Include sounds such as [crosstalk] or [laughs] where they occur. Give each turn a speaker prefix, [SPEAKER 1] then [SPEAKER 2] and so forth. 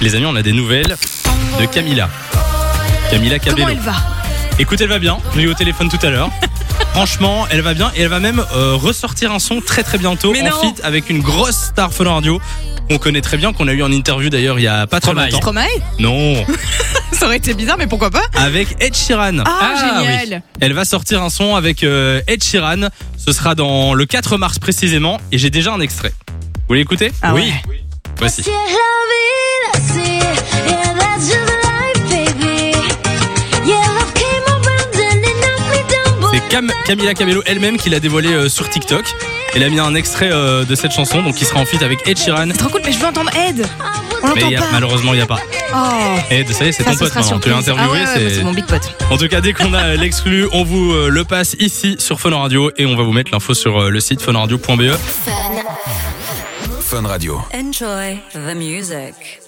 [SPEAKER 1] Les amis, on a des nouvelles de Camilla. Camilla Cabello.
[SPEAKER 2] Comment elle va
[SPEAKER 1] Écoute, elle va bien. Je l'ai eu au téléphone tout à l'heure.
[SPEAKER 2] [laughs]
[SPEAKER 1] Franchement, elle va bien et elle va même euh, ressortir un son très très bientôt
[SPEAKER 2] Mais
[SPEAKER 1] en
[SPEAKER 2] non.
[SPEAKER 1] feat avec une grosse star Fun Radio qu'on connaît très bien, qu'on a eu en interview d'ailleurs il y a pas très
[SPEAKER 3] Stromae.
[SPEAKER 1] longtemps.
[SPEAKER 2] Stromae [laughs]
[SPEAKER 1] Non,
[SPEAKER 2] Ça aurait été bizarre, mais pourquoi pas
[SPEAKER 1] avec Ed Sheeran.
[SPEAKER 2] Ah,
[SPEAKER 3] Ah,
[SPEAKER 2] génial
[SPEAKER 1] Elle va sortir un son avec euh, Ed Sheeran. Ce sera dans le 4 mars précisément et j'ai déjà un extrait. Vous voulez écouter
[SPEAKER 2] Ah
[SPEAKER 1] Oui.
[SPEAKER 2] ouais.
[SPEAKER 1] Voici. C'est Cam- Camila Cabello elle-même qui l'a dévoilé euh, sur TikTok. Elle a mis un extrait euh, de cette chanson, donc qui sera en feat avec Ed Sheeran.
[SPEAKER 2] C'est trop cool, mais je veux entendre Ed
[SPEAKER 1] Mais
[SPEAKER 2] On l'entend
[SPEAKER 1] il y a-
[SPEAKER 2] pas
[SPEAKER 1] malheureusement, il n'y a pas.
[SPEAKER 2] Oh
[SPEAKER 1] Ed, ça y est, c'est
[SPEAKER 2] Ça,
[SPEAKER 1] ton
[SPEAKER 2] ce
[SPEAKER 1] pote
[SPEAKER 2] sera
[SPEAKER 1] maintenant. Tu l'as
[SPEAKER 2] surprise.
[SPEAKER 1] interviewé.
[SPEAKER 2] Ah ouais, ouais, ouais, c'est mon big pote.
[SPEAKER 1] En tout cas, dès qu'on a euh, l'exclu, on vous euh, le passe ici sur Fun Radio et on va vous mettre l'info sur euh, le site funradio.be.
[SPEAKER 4] Fun Radio.
[SPEAKER 5] Enjoy the music.